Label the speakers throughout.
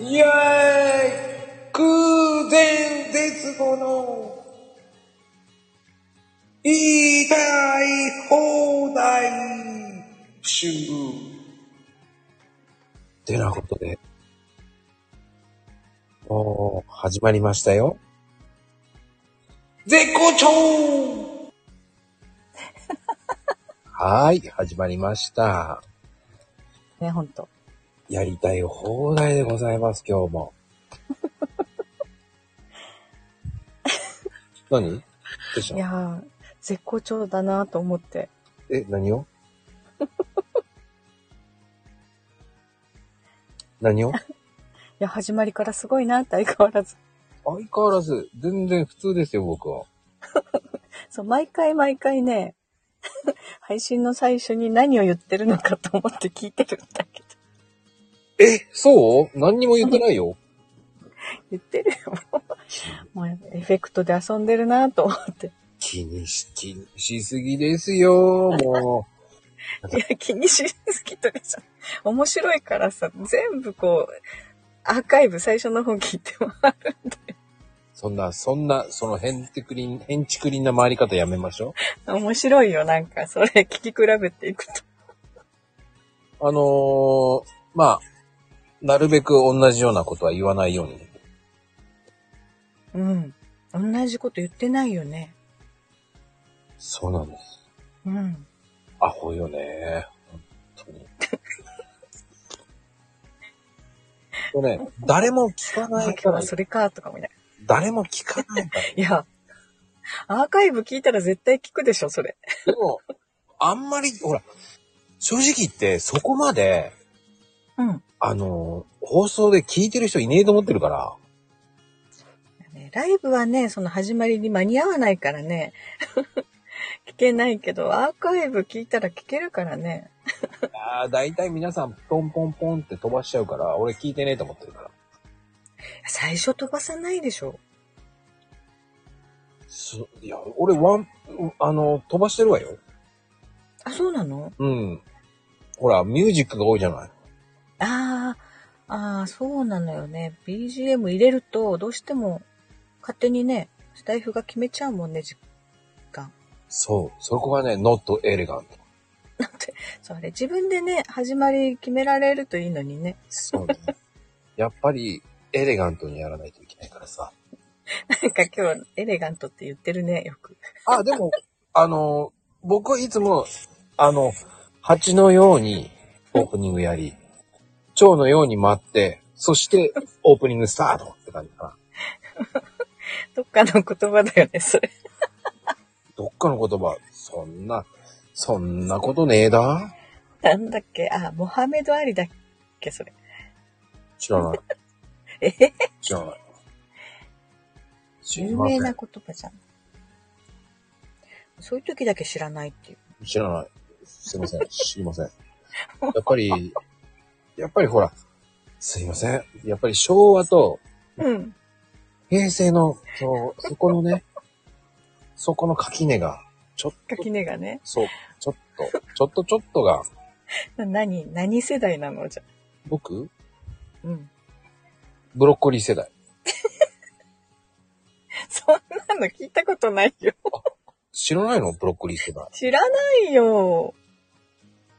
Speaker 1: イエーイ空前絶後の言いたい放題集てなことで、おー、始まりましたよ。絶好調はーい、始まりました。
Speaker 2: ね、ほんと。
Speaker 1: やりたい放題でございます、今日も。 何どうし
Speaker 2: い
Speaker 1: た
Speaker 2: やー、絶好調だなと思って。
Speaker 1: え、何を何を
Speaker 2: いや、始まりからすごいなって相変わらず。
Speaker 1: 相変わらず、全然普通ですよ、僕は。
Speaker 2: そう、毎回毎回ね、 配信の最初に何を言ってるのかと思って聞いてるんだけど。
Speaker 1: え、そう何にも言ってないよ。
Speaker 2: 言ってるよ。もうエフェクトで遊んでるなと思って。
Speaker 1: 気にし、気にしすぎですよ、もう。
Speaker 2: いや、気にしすぎとかさ、面白いからさ、全部こう、アーカイブ最初の方聞いても らう。
Speaker 1: そんな、そんな、そのヘンテクリン、ヘンチクリンな回り方やめましょう。
Speaker 2: 面白いよ、なんか。それ聞き比べていくと。
Speaker 1: あのー、まあ、なるべく同じようなことは言わないように。
Speaker 2: うん。同じこと言ってないよね。
Speaker 1: そうなんです。
Speaker 2: うん。
Speaker 1: アホよね。本当に。 これね、誰も聞かな
Speaker 2: あ
Speaker 1: い
Speaker 2: 今日
Speaker 1: か
Speaker 2: は
Speaker 1: ら、
Speaker 2: それか、とかもね。
Speaker 1: 誰も聞かないから。
Speaker 2: いや、アーカイブ聞いたら絶対聞くでしょ、それ。
Speaker 1: でも、あんまり、ほら、正直言って、そこまで、
Speaker 2: うん。
Speaker 1: あのー、放送で聞いてる人いねえと思ってるから、
Speaker 2: ねライブはね、その始まりに間に合わないからね。 聞けないけど、アーカイブ聞いたら聞けるからね。
Speaker 1: あーだいたい皆さん、ポンポンポンって飛ばしちゃうから、俺聞いてねえと思ってるから。
Speaker 2: 最初飛ばさないでしょ。
Speaker 1: そいや、俺、ワン、あの、飛ばしてるわよ。
Speaker 2: あ、そうなの
Speaker 1: うん。ほら、ミュージックが多いじゃない。
Speaker 2: ああ、ああ、そうなのよね。BGM 入れると、どうしても、勝手にね、スタイフが決めちゃうもんね、時間。
Speaker 1: そう。そこがね、not elegant。
Speaker 2: そう、あれ、自分でね、始まり決められるといいのにね。
Speaker 1: そうね。 やっぱり、エレガントにやらないといけないからさ。
Speaker 2: なんか今日、エレガントって言ってるね、よく。
Speaker 1: あ、でも、 あの、僕はいつも、あの、蜂のようにオープニングやり、蝶のように舞って、そしてオープニングスタートって感じかな。
Speaker 2: どっかの言葉だよね、それ。
Speaker 1: どっかの言葉、そんな、そんなことねえだ
Speaker 2: なんだっけあ、モハメド・アリだっけ、それ。
Speaker 1: 知らない。
Speaker 2: えへへ
Speaker 1: 知らない。知り
Speaker 2: 有
Speaker 1: ませ。
Speaker 2: 名なん言葉じゃん。そういう時だけ知らないっていう。
Speaker 1: 知らない。すいません。知りません。やっぱり、やっぱりほら、すいません。やっぱり昭和と
Speaker 2: うん。
Speaker 1: 平成の、その、そこのね、そこの垣根が、ちょっと、
Speaker 2: 垣根がね。
Speaker 1: そう、ちょっと、ちょっとちょっとが、
Speaker 2: な何、何世代なのじゃ。
Speaker 1: 僕、
Speaker 2: うん。
Speaker 1: ブロッコリー世代。
Speaker 2: そんなの聞いたことないよ。
Speaker 1: 知らないのブロッコリー世代。
Speaker 2: 知らないよ。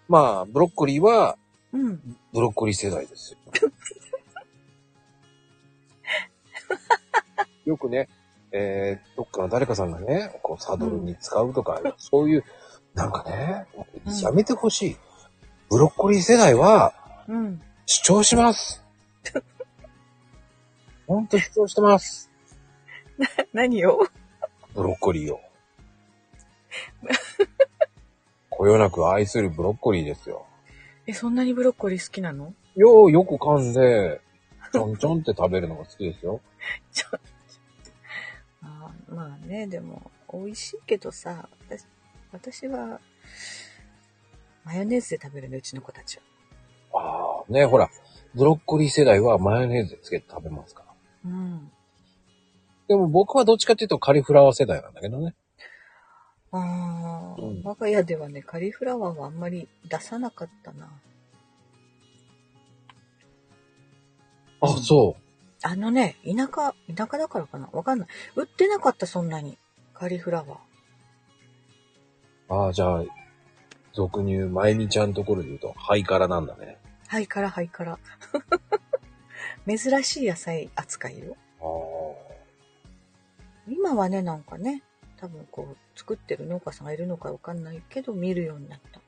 Speaker 1: まあ、ブロッコリーは、
Speaker 2: うん。
Speaker 1: ブロッコリー世代 ですよ。よくね、えー、どっかの誰かさんがね、こうサドルに使うとか、そういう、なんかね、
Speaker 2: うん
Speaker 1: やめてほしい。ブロッコリー世代は
Speaker 2: うん。
Speaker 1: 主張します。 ほんと主張してます。
Speaker 2: 何を
Speaker 1: ブロッコ リーを。こよなく愛するブロッコリーですよ。
Speaker 2: え、そんなにブロッコリー好きなの
Speaker 1: ようよく噛んで、ちょんちょんって食べるのが好きですよ。
Speaker 2: ちょ あーまあね、でも、美味しいけどさ、私私は、マヨネーズで食べるね、うちの子たち
Speaker 1: あ
Speaker 2: は。
Speaker 1: あ、ね、ほら、ブロッコリー世代はマヨネーズつけて食べますから。
Speaker 2: うん。
Speaker 1: でも僕はどっちかっていうとカリフラワー世代なんだけどね。
Speaker 2: ああ、
Speaker 1: うん
Speaker 2: 我が家ではね、カリフラワーはあんまり出さなかったな。
Speaker 1: あ、
Speaker 2: うん
Speaker 1: そ
Speaker 2: あのね、田舎、田舎だからかなわかんない。売ってなかった、そんなに。カリフラワー。
Speaker 1: う。ああ、じゃあ、俗に言う、まゆみちゃんところで言うと、ハイカラなんだね。
Speaker 2: ハイカラ、ハイカラ。 珍しい野菜扱いよ。
Speaker 1: ああ。
Speaker 2: 今はね、なんかね、多分こう、作ってる農家さんがいるのかわかんないけど、見るようになった。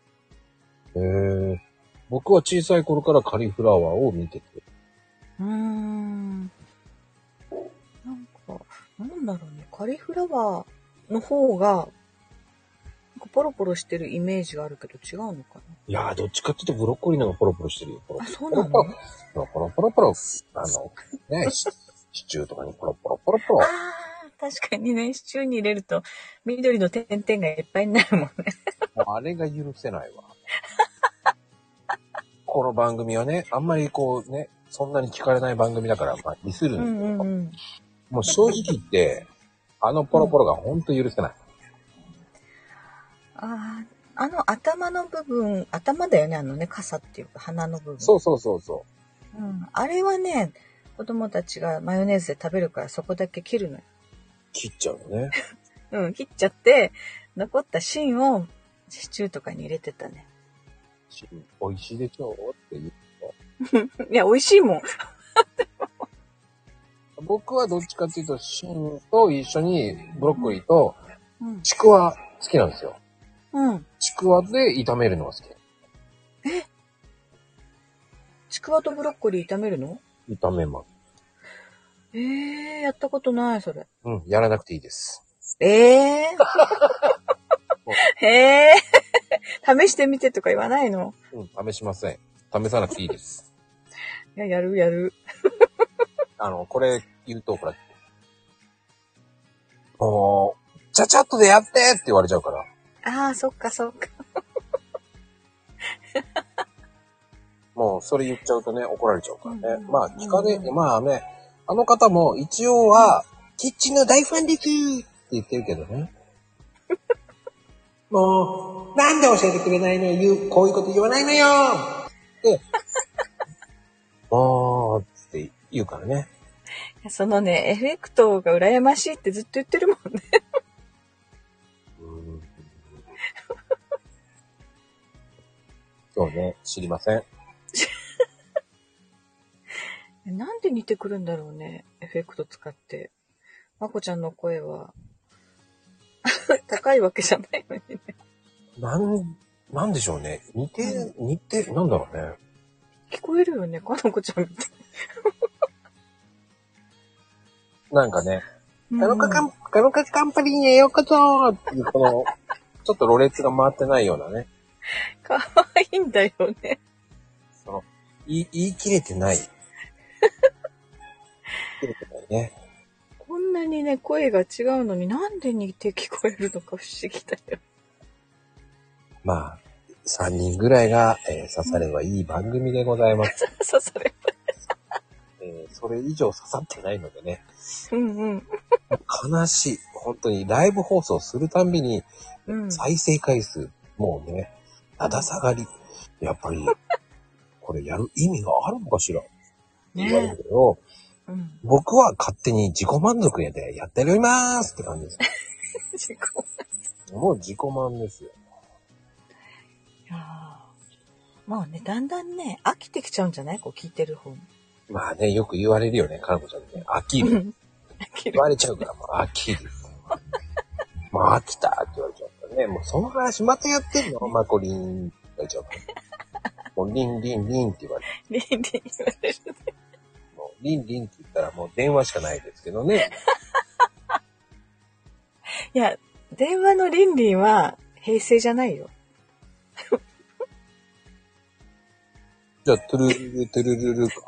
Speaker 1: へえ。僕は小さい頃からカリフラワーを見てて。
Speaker 2: うーん。なんか、なんだろうね、カリフラワーの方が、なんかポロポロしてるイメージがあるけど違うのか
Speaker 1: いやー、どっちかっていうとブロッコリーの方がポロポロしてるよ。ポロ
Speaker 2: なあ、
Speaker 1: ポ
Speaker 2: そうなの
Speaker 1: ロポロポロポロ。あの、ね、シシチューとかにポロポロポロポロ。
Speaker 2: あー確かにね、シチューに入れると、緑の点々がいっぱいになるもんね。
Speaker 1: もうあれが許せないわ。 この番組はね、あんまりこうね、そんなに聞かれない番組だから、まあ、ミスるん
Speaker 2: う
Speaker 1: だけど、
Speaker 2: んうんうん。
Speaker 1: もう正直言って、あのポロポロがほんと許せない。
Speaker 2: あーあの頭の部分、頭だよね、あのね、傘っていうか、鼻の部分。。
Speaker 1: そうそうそうそう
Speaker 2: ん。あれはね、子供たちがマヨネーズで食べるからそこだけ切るのよ。
Speaker 1: う。切っちゃうのね。
Speaker 2: うん、切っちゃって、残った芯をシチューとかに入れてたね。
Speaker 1: 美味しいでしょうって言う。
Speaker 2: いや、美味しいもん。
Speaker 1: 僕はどっちかっていうと、芯と一緒にブロッコリーと
Speaker 2: うん。
Speaker 1: ちくわ好きなんですよ。
Speaker 2: うん。
Speaker 1: ちくわで炒めるのが好き。
Speaker 2: ちくわとブロッコリー炒めるの
Speaker 1: 炒めます。
Speaker 2: ええー、やったことない、それ。
Speaker 1: うん、やらなくていいです。
Speaker 2: ええー。 ええー。試してみてとか言わないの
Speaker 1: うん、試しません。試さなくていいです。
Speaker 2: いや、やるやる。
Speaker 1: あの、これ言うと、ほら、もう、ちゃちゃっとでやってって言われちゃうから。
Speaker 2: ああ、そっかそっか。
Speaker 1: もう、それ言っちゃうとね、怒られちゃうからね。
Speaker 2: うん
Speaker 1: まあ、聞かね
Speaker 2: う、ん
Speaker 1: まあね、あの方も一応は、キッチンの大ファンですって言ってるけどね。もう、なんで教えてくれないのよ、言う、こういうこと言わないのよって、もう、って言うからね。
Speaker 2: そのね、エフェクトが羨ましいってずっと言ってるもんね。
Speaker 1: うん今日ね、知りません。
Speaker 2: なんで似てくるんだろうね、エフェクト使って。まこちゃんの声は、 高いわけじゃないのにね。
Speaker 1: なん、なんでしょうね。似て、似て、なんだろうね。
Speaker 2: 聞こえるよね、かのこちゃんみたい。
Speaker 1: なんかね、
Speaker 2: うん
Speaker 1: カノカカン、カノカカンパニーへようこそっていう、この、 ちょっとろれつが回ってないようなね、
Speaker 2: かわいいんだよね。
Speaker 1: その、言い、言い切れてない。言い切れてないね。
Speaker 2: こんなにね、声が違うのになんで似て聞こえるのか不思議だよ。
Speaker 1: まあ、3人ぐらいが、えー刺さればいい番組でございます。
Speaker 2: そうそれ。
Speaker 1: えーそれ以上刺さってないのでね、
Speaker 2: うんうん。
Speaker 1: 悲しい。本当にライブ放送するたんびに、
Speaker 2: うん。
Speaker 1: 再生回数、もうね、ただ下がり。やっぱり、これやる意味があるのかしら言われるけ
Speaker 2: ね
Speaker 1: ど、
Speaker 2: うん。
Speaker 1: 僕は勝手に自己満足やでやっておりまーすって感じです。
Speaker 2: 自己満
Speaker 1: もう自己満ですよ。
Speaker 2: いやーもうね、だんだんね、飽きてきちゃうんじゃないこう聞いてる方も。
Speaker 1: まあね、よく言われるよね、かなこちゃんね。飽き
Speaker 2: う
Speaker 1: る。
Speaker 2: ん 飽きる
Speaker 1: 言。われちゃうから、もう飽きる。もう飽きたって言われちゃうからね。もうその話またやってんのマコリンって言われちゃうから。もうリンリンリンって言われる。
Speaker 2: リンリン言われる。
Speaker 1: もうリンリンって言ったらもう電話しかないですけどね。
Speaker 2: いや、電話のリンリンは平成じゃないよ。
Speaker 1: じゃあ、トゥルルルトゥルルルか。
Speaker 2: よ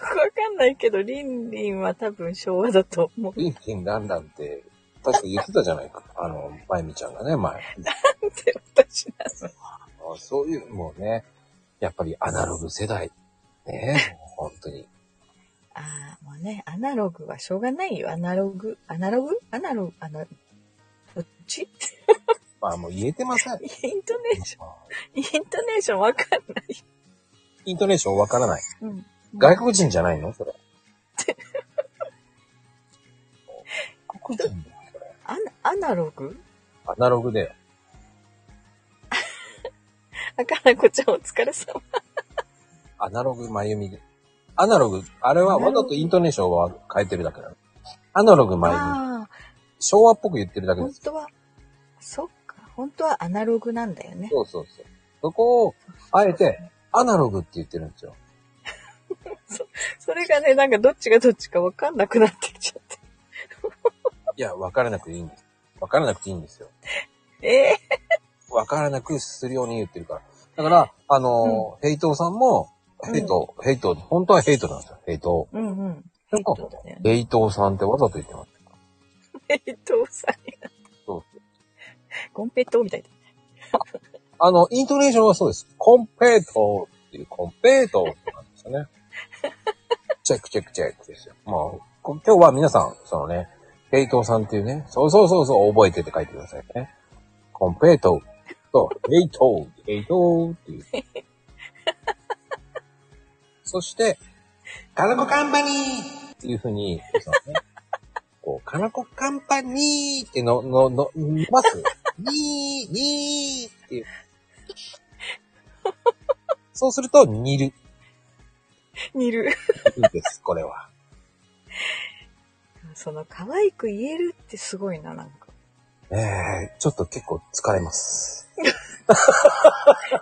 Speaker 2: くわかんないけど、リンリンは多分昭和だと思う。
Speaker 1: リンリンランランって、確か言ってたじゃないか。あの、まゆみちゃんがね、前。
Speaker 2: なんて私なの。
Speaker 1: あそういう、もうね、やっぱりアナログ世代。ね、もう本当に。
Speaker 2: ああ、もうね、アナログはしょうがないよ。アナログ、アナログアナログ、アナ、どっち
Speaker 1: まあもう言えてません。
Speaker 2: イントネーション、イントネーションわかんない。
Speaker 1: イントネーションわからない。
Speaker 2: うん。
Speaker 1: 外国人じゃないのそれ。国人だよそれ
Speaker 2: アナアナログ
Speaker 1: アナログだよ。
Speaker 2: あかなこちゃんお疲れ様。
Speaker 1: アナログ、まゆみで。アナログ、あれはわざとイントネーションは変えてるだけだね。アナログ、まゆみ。
Speaker 2: ああ、
Speaker 1: 昭和っぽく言ってるだけで
Speaker 2: 本
Speaker 1: す。
Speaker 2: 当は、そっか、本当はアナログなんだよね。
Speaker 1: そうそうそう。そこを、あえて、アナログって言ってるんですよ。
Speaker 2: それがね、なんかどっちがどっちかわかんなくなってきちゃって。
Speaker 1: いや、わからなくていいんです。わからなくていいんですよ。
Speaker 2: ええ
Speaker 1: わからなくするように言ってるから。だから、あのーヘイトさんも、
Speaker 2: うん
Speaker 1: ヘイト、ヘイト、本当はヘイトなんですよ、ヘイト。
Speaker 2: うんうん。
Speaker 1: なんか
Speaker 2: ヘイトだね、
Speaker 1: ヘイトさんってわざと言ってます。
Speaker 2: えっと、さ
Speaker 1: そう。
Speaker 2: コンペイトーみたいな。
Speaker 1: あの、イントネーションはそうです。コンペイトーっていう、コンペイトーってなんですよね。チェックチェックチェックですよ。まあ、こ今日は皆さん、そのね、ヘイトさんっていうね、そうそうそうそう、覚えてって書いてくださいね。コンペイトーと、ヘイトー、ヘイトーっていう。そして、カナコカンパニーっていうふうに、そのね、こう、カナコカンパニーっての、の、の、見ますにー、にーっていう。そうすると、煮る
Speaker 2: 煮る。
Speaker 1: んです、これは。
Speaker 2: その、可愛く言えるってすごいな、なんか。
Speaker 1: ええちょっと結構疲れます。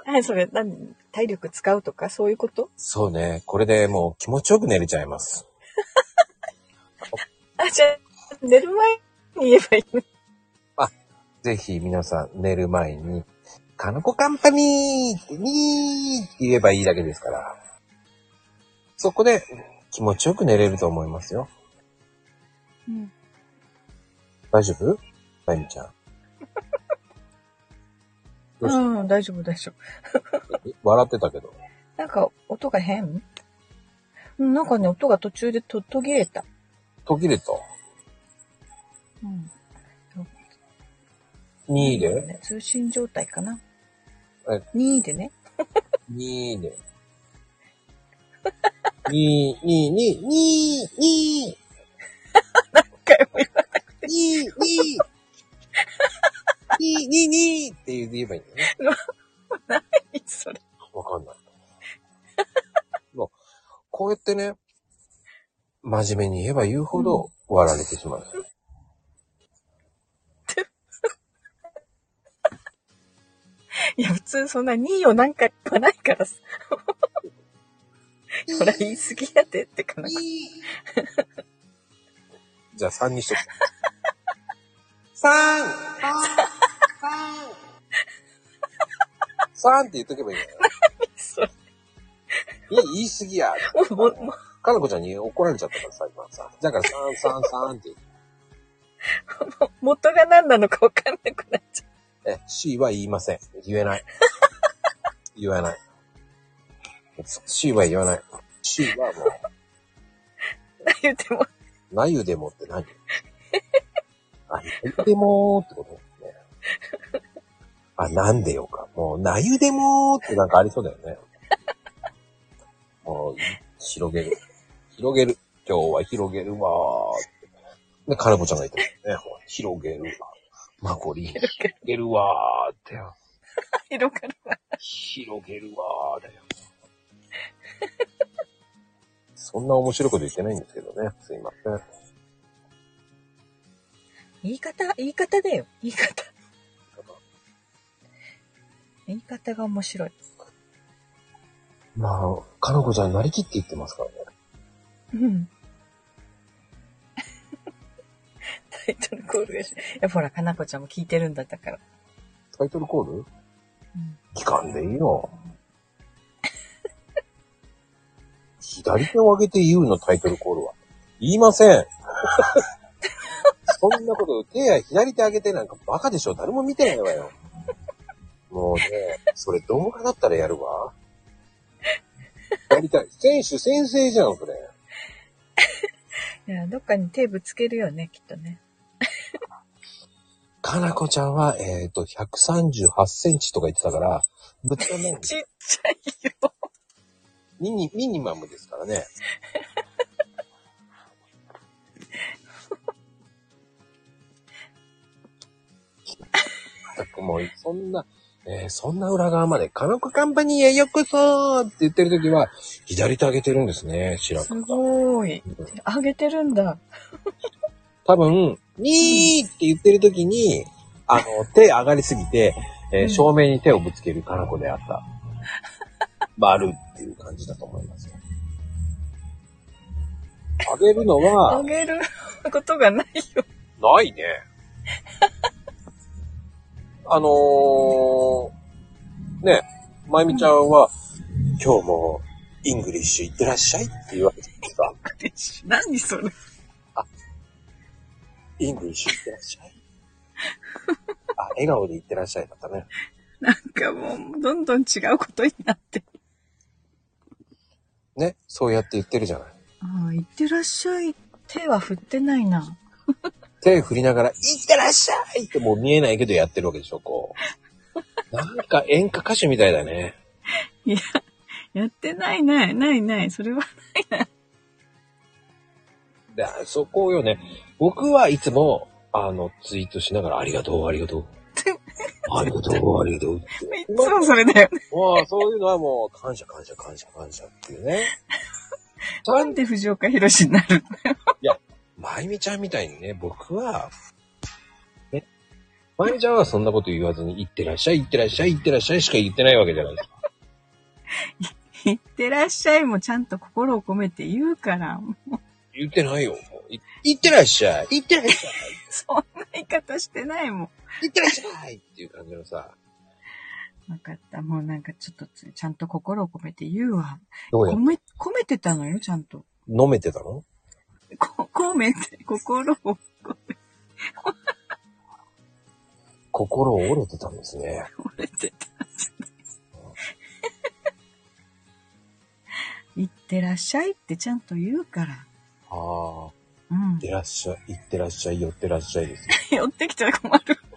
Speaker 2: 何それ、何体力使うとか、そういうこと
Speaker 1: そうね、これでもう気持ちよく寝れちゃいます。
Speaker 2: あ、じゃあ、寝る前に言えばいいの。
Speaker 1: ぜひ皆さん寝る前に、カノコカンパニーってにーって言えばいいだけですから。そこで気持ちよく寝れると思いますよ。
Speaker 2: うん。
Speaker 1: 大丈夫まゆみちゃん。よし
Speaker 2: うん、大丈夫、大丈夫。
Speaker 1: 笑ってたけど。
Speaker 2: なんか、音が変うんなんかね、音が途中でと途切れた。
Speaker 1: 途切れた。
Speaker 2: うん。
Speaker 1: 2で
Speaker 2: ね通信状態かな。
Speaker 1: え
Speaker 2: 2でね。
Speaker 1: にーで。にー、にー、にー、にー、にー、にー、にー、にー、にー、にーって言う言えばいいんだよね。
Speaker 2: それ。
Speaker 1: わかんない。もう、こうやってね、真面目に言えば言うほど笑われてしまう。
Speaker 2: いや、普通そんな2をなんか言わないからさ。ほら、言い過ぎやでってかな。
Speaker 1: じゃあ3にしとく。3! 3! って言っとけばいいんだよ。
Speaker 2: それ。
Speaker 1: いや言い過ぎや。
Speaker 2: もう、もう、もう
Speaker 1: かなこちゃんに怒られちゃったからさ、今さ。だから3、3、3って言う。
Speaker 2: 元が何なのかわかんなくなっちゃ
Speaker 1: え、C は言いません。言えない。言わない。C は言わない。C はも
Speaker 2: う。何言っても。
Speaker 1: う、なゆでもって何 あ、なゆでもーってことですね。 あ、なんでよか。もう、なゆでもーってなんかありそうだよね。 もう、広げる。広げる。今日は広げるわーって。で、カラボちゃんが言ってるね。ほら広げるわ。マコリン、広げるわーってよ。
Speaker 2: 色から
Speaker 1: 広げるわーだよ。そんな面白いこと言ってないんですけどね。すいません。
Speaker 2: 言い方、言い方だよ。言い方。言い方が面白い。
Speaker 1: まあ、かのこちゃんなりきって言ってますからね。
Speaker 2: うん。タイトルコールがし、いや、ほら、かなこちゃんも聞いてるんだったから。
Speaker 1: タイトルコール
Speaker 2: うん
Speaker 1: 聞かんでいいよ。 左手を上げて言うの、タイトルコールは。言いません。 そんなこと、手や左手上げてなんかバカでしょ。誰も見てないわよ。もうね、それ動画だったらやるわ。やりたい。選手、先生じゃん、それ。
Speaker 2: いや、どっかに手ぶつけるよね、きっとね。
Speaker 1: かなこちゃんは、えっ、と、138センチとか言ってたから、ぶつかんないんだよ
Speaker 2: ちっちゃいよ。
Speaker 1: ミニ、ミニマムですからね。全くもう、そんな、えーそんな裏側まで、カノコカンパニーへようこそーって言ってるときは、左手上げてるんですね、白
Speaker 2: す
Speaker 1: くが。
Speaker 2: ごい。あげてるんだ。
Speaker 1: 多分、にーって言ってるときに、あの、手上がりすぎて、えー
Speaker 2: うん
Speaker 1: 正面に手をぶつけるカナコであった。丸っていう感じだと思いますよ。上げるの
Speaker 2: あ
Speaker 1: は、
Speaker 2: げることがないよ。
Speaker 1: ないね。 あのー、ね、まゆみちゃんは、今日も、イングリッシュ行ってらっしゃいって言われてですか
Speaker 2: 何それ。
Speaker 1: イングリッシュ行ってらっしゃい。あ、笑顔で行ってらっしゃいだったね。
Speaker 2: なんかもう、どんどん違うことになって。
Speaker 1: ね、そうやって言ってるじゃない。
Speaker 2: ああ、いってらっしゃい。手は振ってないな。
Speaker 1: 手振りながら、生きてらっしゃいってもう見えないけどやってるわけでしょ、こう。なんか演歌歌手みたいだね。
Speaker 2: いや、やってないない、ないない。それは。
Speaker 1: で、あそこよね。僕はいつも、あの、ツイートしながら、ありがとう、ありがとう。ありがとう、ありがとう。
Speaker 2: いつもそれだよね。
Speaker 1: もう、そういうのはもう、感謝、感謝、感謝、感謝っていうね。ちゃ
Speaker 2: なんん
Speaker 1: と、
Speaker 2: で藤岡弘になる
Speaker 1: まゆみちゃんみたいにね、僕は、ね、まゆみちゃんはそんなこと言わずに、行ってらっしゃい、行ってらっしゃい、行ってらっしゃいしか言ってないわけじゃないですか
Speaker 2: いってらっしゃいもちゃんと心を込めて言うから、
Speaker 1: 言ってないよ。もうい行ってらっしゃい。行ってらっしゃい。
Speaker 2: そんな言い方してないもん。
Speaker 1: 行ってらっしゃいっていう感じのさ。
Speaker 2: 分かった。もうなんかちょっとつちゃんと心を込めて言うわ。
Speaker 1: どうや
Speaker 2: 込め、込めてたのよ、ちゃんと。
Speaker 1: 飲めてたの
Speaker 2: こ込めて、心を。
Speaker 1: 心を折れてたんですね。
Speaker 2: 折れてたんじゃない。いってらっしゃいってちゃんと言うから。
Speaker 1: ああ。
Speaker 2: う
Speaker 1: い
Speaker 2: ん
Speaker 1: っ。てらっしゃい。行ってらっしゃい。寄ってらっしゃいです。
Speaker 2: 寄ってきたら困る。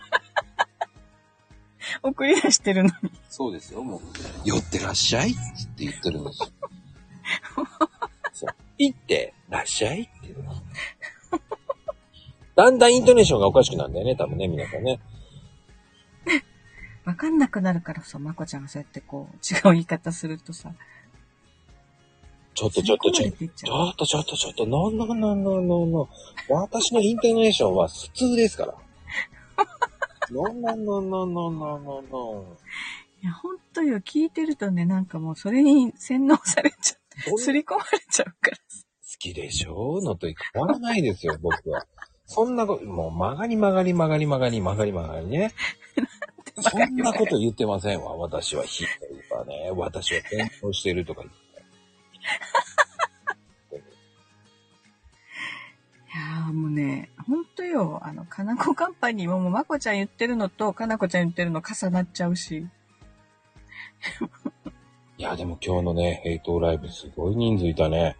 Speaker 2: 送り出してるのに。
Speaker 1: そうですよ。もう、寄ってらっしゃいって言ってるんですよ。そう行ってらっしゃいっていうの。だんだんイントネーションがおかしくなるんだよね、多分ね、皆さんね。
Speaker 2: わかんなくなるからさ、まこちゃんがそうやってこう、違う言い方するとさ、
Speaker 1: ちょっとちょっとちょっと
Speaker 2: っ。と。
Speaker 1: ちょっとちょっとちょっと、ノンノンノンノンノンノン。私のイントネーションは普通ですから。ノンノンノンノンノンノンノンノン。
Speaker 2: いや、ほんとよ、聞いてるとね、なんかもうそれに洗脳されちゃ
Speaker 1: ど
Speaker 2: う。
Speaker 1: ん
Speaker 2: す
Speaker 1: 好
Speaker 2: り込まれちゃうから。
Speaker 1: きでしょうのと変わらないですよ、僕は。そんなこと、もう曲がり曲がり曲がり曲がり曲がり曲がりね。そんなこと言ってませんわ。私はヒットとかね、私は転校してるとか言って。
Speaker 2: いやーもうね、ほんとよ、あの、かなこカンパニーももうまこちゃん言ってるのと、かなこちゃん言ってるの重なっちゃうし。
Speaker 1: いや、でも今日のね、ヘイトライブすごい人数いたね。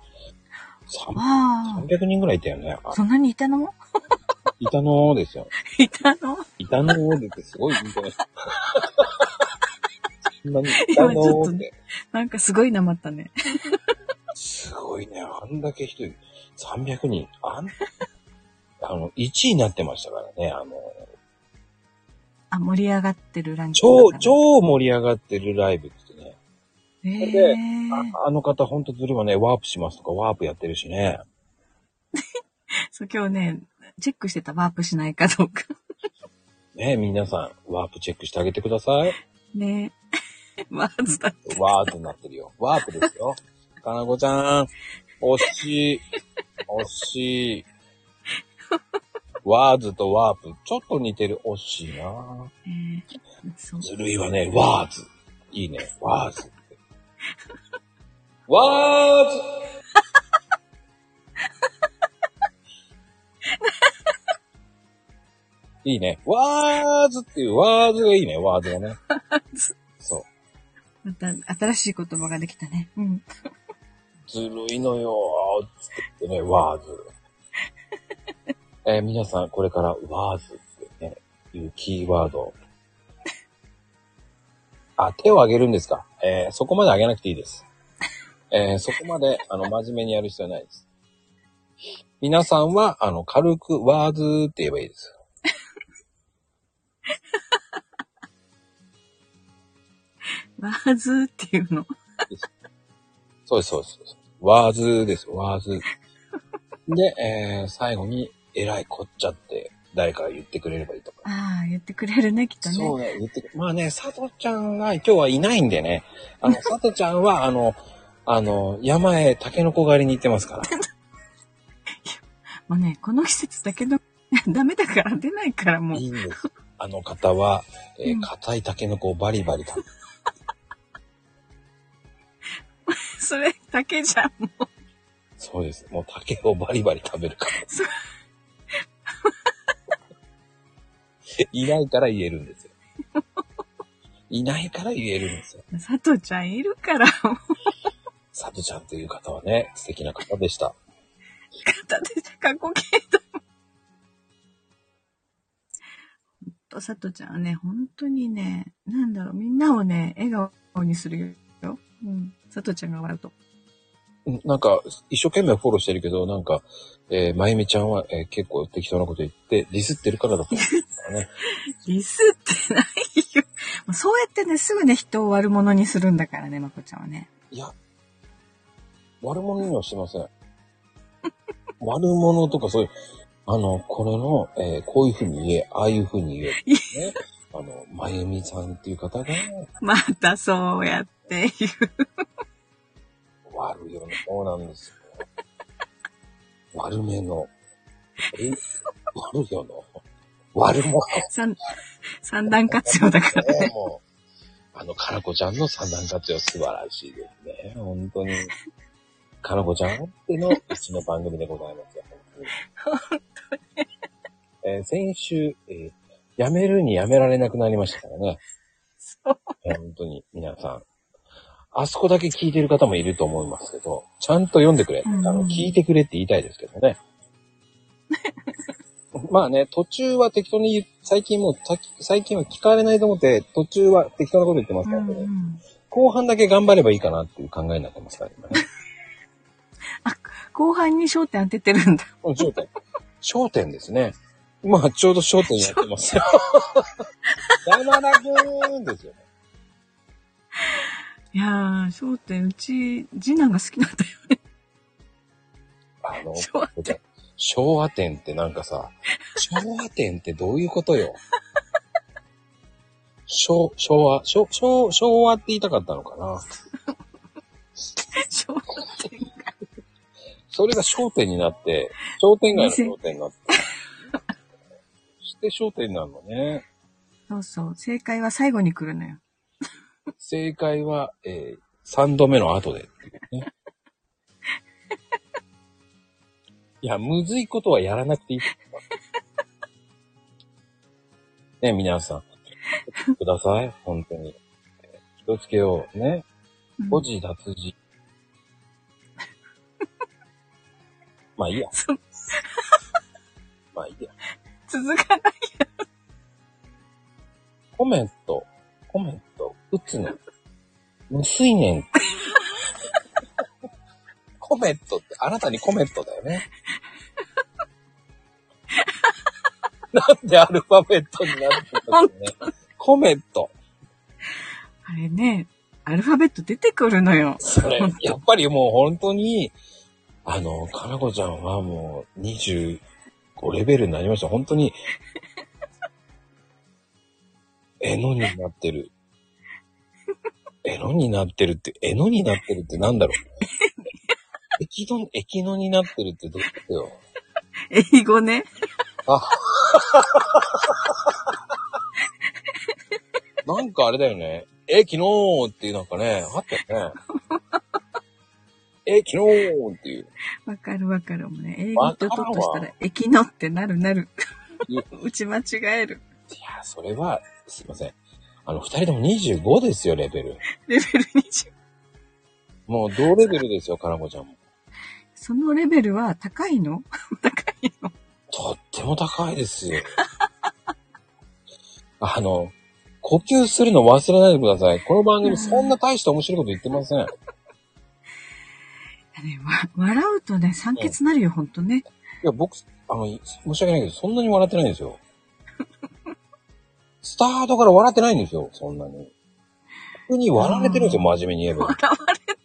Speaker 2: あ
Speaker 1: 300人ぐらいいたよね。
Speaker 2: あ、
Speaker 1: あ
Speaker 2: そんなにいたの
Speaker 1: いたのーですよ。
Speaker 2: いたの
Speaker 1: いたのーってすごいみたいな。そんなにいた
Speaker 2: 今
Speaker 1: の
Speaker 2: ちょっと
Speaker 1: ーっ
Speaker 2: ね
Speaker 1: て。
Speaker 2: なんかすごいなまったね。
Speaker 1: すごいね。あんだけ人いる、300人。あん、あの、1位になってましたからね。あの、
Speaker 2: あ、盛り上がってるランキング
Speaker 1: 超
Speaker 2: だ、から。
Speaker 1: 超盛り上がってるライブってね。
Speaker 2: えー、
Speaker 1: でああの方ほんとずればね、ワープしますとか、ワープやってるしね。
Speaker 2: そう、今日ね、チェックしてたワープしないかどうか。
Speaker 1: ね皆さん、ワープチェックしてあげてください。
Speaker 2: ね ワーズだ。
Speaker 1: ワープになってるよ。ワープですよ。かなこちゃん、惜しい。惜しい。ワーズとワープ、ちょっと似てる。惜しいな
Speaker 2: えー、そう。
Speaker 1: ずるいわね。ワーズ。いいね。ワーズ。ワーズいいね。ワーズっていう、ワーズがいいね。ワーズがね。そう。
Speaker 2: また新しい言葉ができたね。うん。
Speaker 1: ずるいのよーつって言ってね、ワーズ。えー皆さん、これからワーズってね、いうキーワード。あ、手を挙げるんですかえーそこまで挙げなくていいです。えーそこまで、あの、真面目にやる必要はないです。皆さんは、あの、軽く、ワーズーって言えばいいです。
Speaker 2: ワーズーっていうの。
Speaker 1: そうです、そうです。そうですワーズーです、ワーズー。で、えー最後に、えらいこっちゃって、誰かが言ってくれればいいとか。
Speaker 2: ああ、言ってくれるね、きっとね。
Speaker 1: そうね、言ってくまあね、佐藤ちゃんが今日はいないんでね、あ の、佐藤ちゃんは、あの、あの、山へタケノコ狩りに行ってますから。
Speaker 2: もうね、この季節だけど、 ダメだから出ないからもう
Speaker 1: い。いんです。あの方は、え
Speaker 2: う
Speaker 1: ー
Speaker 2: ん
Speaker 1: 硬いタケノコをバリバリ食べ
Speaker 2: それだけじゃん。
Speaker 1: そうです。もう竹をバリバリ食べるから
Speaker 2: そう。
Speaker 1: いないから言えるんですよ。いないから言えるんですよ。
Speaker 2: 佐藤ちゃんいるから、もう
Speaker 1: サブちゃんという方はね、素敵な方でした。
Speaker 2: 片手じゃ過去形だもん。ほんと、佐藤ちゃんはね、本当にね、なんだろう、みんなをね、笑顔にするよ。うん。佐藤ちゃんが笑うと。
Speaker 1: うんなんか、一生懸命フォローしてるけど、なんか、えーまゆみちゃんは、えー結構適当なこと言って、ディスってるからだと思うんですからね。
Speaker 2: リスってないよ。もうそうやってね、すぐね、人を悪者にするんだからね、まこちゃんはね。
Speaker 1: いや、悪者にはしてません。悪者とかそういう、あの、これの、えーこういうふうに言え、ああいうふうに言え、ね。あの、まゆみさんっていう方が
Speaker 2: またそうやって言う。
Speaker 1: 悪いよね。そうなんですよ。悪めの。え悪いよの。悪者。
Speaker 2: 三、三段活用だから。
Speaker 1: ね、もう。あの、かなこちゃんの三段活用素晴らしいですね。本当に。かなこちゃんあってのうちの番組でございますよ。本当に。えー先週、えー辞めるに辞められなくなりましたからね。
Speaker 2: そう。
Speaker 1: 本当に、皆さん。あそこだけ聞いてる方もいると思いますけど、ちゃんと読んでくれ。あ
Speaker 2: うん
Speaker 1: の、聞いてくれって言いたいですけどね。まあね、途中は適当に言う、最近もう、さっき最近は聞かれないと思って、途中は適当なこと言ってます
Speaker 2: う
Speaker 1: から
Speaker 2: ん
Speaker 1: ね、
Speaker 2: うん
Speaker 1: 後半だけ頑張ればいいかなっていう考えになってますから、今 ね。
Speaker 2: 後半に焦点当ててるんだ。
Speaker 1: うん焦点。焦点ですね。まあ、ちょうど焦点やってます よ。山田くーんですよね。
Speaker 2: いやー、焦点、うち、次男が好きなんだよ。
Speaker 1: あの、
Speaker 2: 昭和
Speaker 1: 昭和店ってなんかさ、昭和店ってどういうこと よ。昭、昭和、昭、昭、昭和って言いたかったのかな。
Speaker 2: 焦点が。
Speaker 1: それが商店になって、商店街の商店になって。そして商店になるのね。
Speaker 2: そうそう、正解は最後に来るのよ。
Speaker 1: 正解は、えー、3度目の後でっていうね。いや、むずいことはやらなくていいと思います。ね、皆さん。ください、本当に。気をつけよう。ね。
Speaker 2: うん
Speaker 1: 誤字脱字。まあいいや。
Speaker 2: そう
Speaker 1: まあいいや。
Speaker 2: 続かない。
Speaker 1: コメント、コメント、打つね。無水念。 コメントって、あなたにコメントだよね。 なんでアルファベットになってたのね。コメント。
Speaker 2: あれね、アルファベット出てくるのよ。
Speaker 1: それ、やっぱりもう本当に、あの、かなこちゃんはもう25レベルになりました。本当に、えのになってる。えのになってるって、えのになってるってなんだろう。えきの、えきのになってるってどうだよ。
Speaker 2: 英語ね。
Speaker 1: なんかあれだよね。え、昨日っていうなんかね、あったよね。え、昨日っていう。
Speaker 2: わかるわかる。もうね、英語ととっとしたら、エキノってなるなる
Speaker 1: いや。
Speaker 2: 打ち間違える。
Speaker 1: いや、それは、すいません。あの、二人とも25ですよ、レベル。
Speaker 2: レベル20。
Speaker 1: もう同レベルですよ、かなこちゃんも。
Speaker 2: そのレベルは高いの高いの
Speaker 1: とっても高いですよ。 あの、呼吸するの忘れないでください。この番組そんな大して面白いこと言ってません。
Speaker 2: ね、わ笑うとね、酸欠なるよ、ほんとね。
Speaker 1: いや、僕、あの、い申し訳ないけど、そんなに笑ってないんですよ。スタートから笑ってないんですよ、そんなに。僕に笑われてるんですよ、真面目に言えば。
Speaker 2: 笑われてる。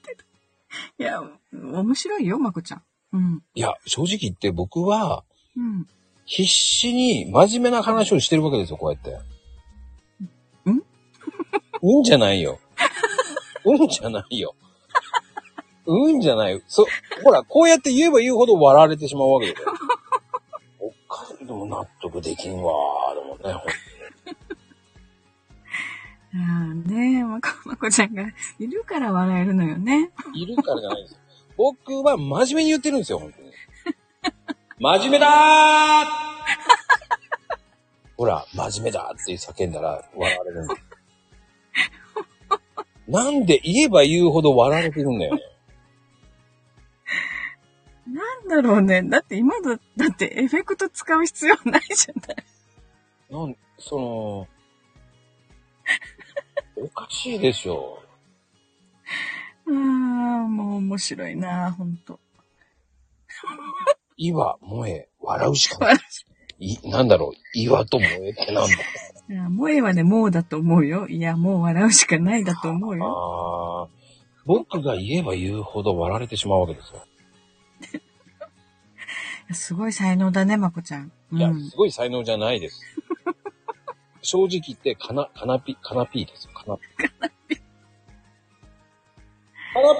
Speaker 2: いや、面白いよ、まこちゃん。うん。
Speaker 1: いや、正直言って僕は、
Speaker 2: うん。
Speaker 1: 必死に真面目な話をしてるわけですよ、こうやって。
Speaker 2: ん
Speaker 1: うんじゃないよ。 うんじゃないよ。うんじゃないよ。そ、ほら、こうやって言えば言うほど笑われてしまうわけですよ。おかしいでも納得できんわー、でもね。
Speaker 2: ああ、ねえ、まこ、まこちゃんがいるから笑えるのよね。
Speaker 1: いるからじゃないですよ。僕は真面目に言ってるんですよ、本当に。真面目だーほら、真面目だって叫んだら笑われるんだよ。なんで言えば言うほど笑われてるんだよね。
Speaker 2: なんだろうね。だって今だ、だってエフェクト使う必要ないじゃない。
Speaker 1: なん、その、おかしいでしょ。
Speaker 2: ああ、もう面白いな、ほんと。
Speaker 1: 岩、萌え、笑うしかない。い、なんだろう、岩と萌えってなんだ
Speaker 2: いや萌えはね、もうだと思うよ。いや、もう笑うしかないだと思うよ。
Speaker 1: ああ、僕が言えば言うほど笑われてしまうわけですよ。
Speaker 2: すごい才能だね、まこちゃん。う
Speaker 1: いや、
Speaker 2: ん
Speaker 1: す。ごい才能じゃないです。 正直言って、かな、かなぴ、かなぴーですよ、かなぴ。かな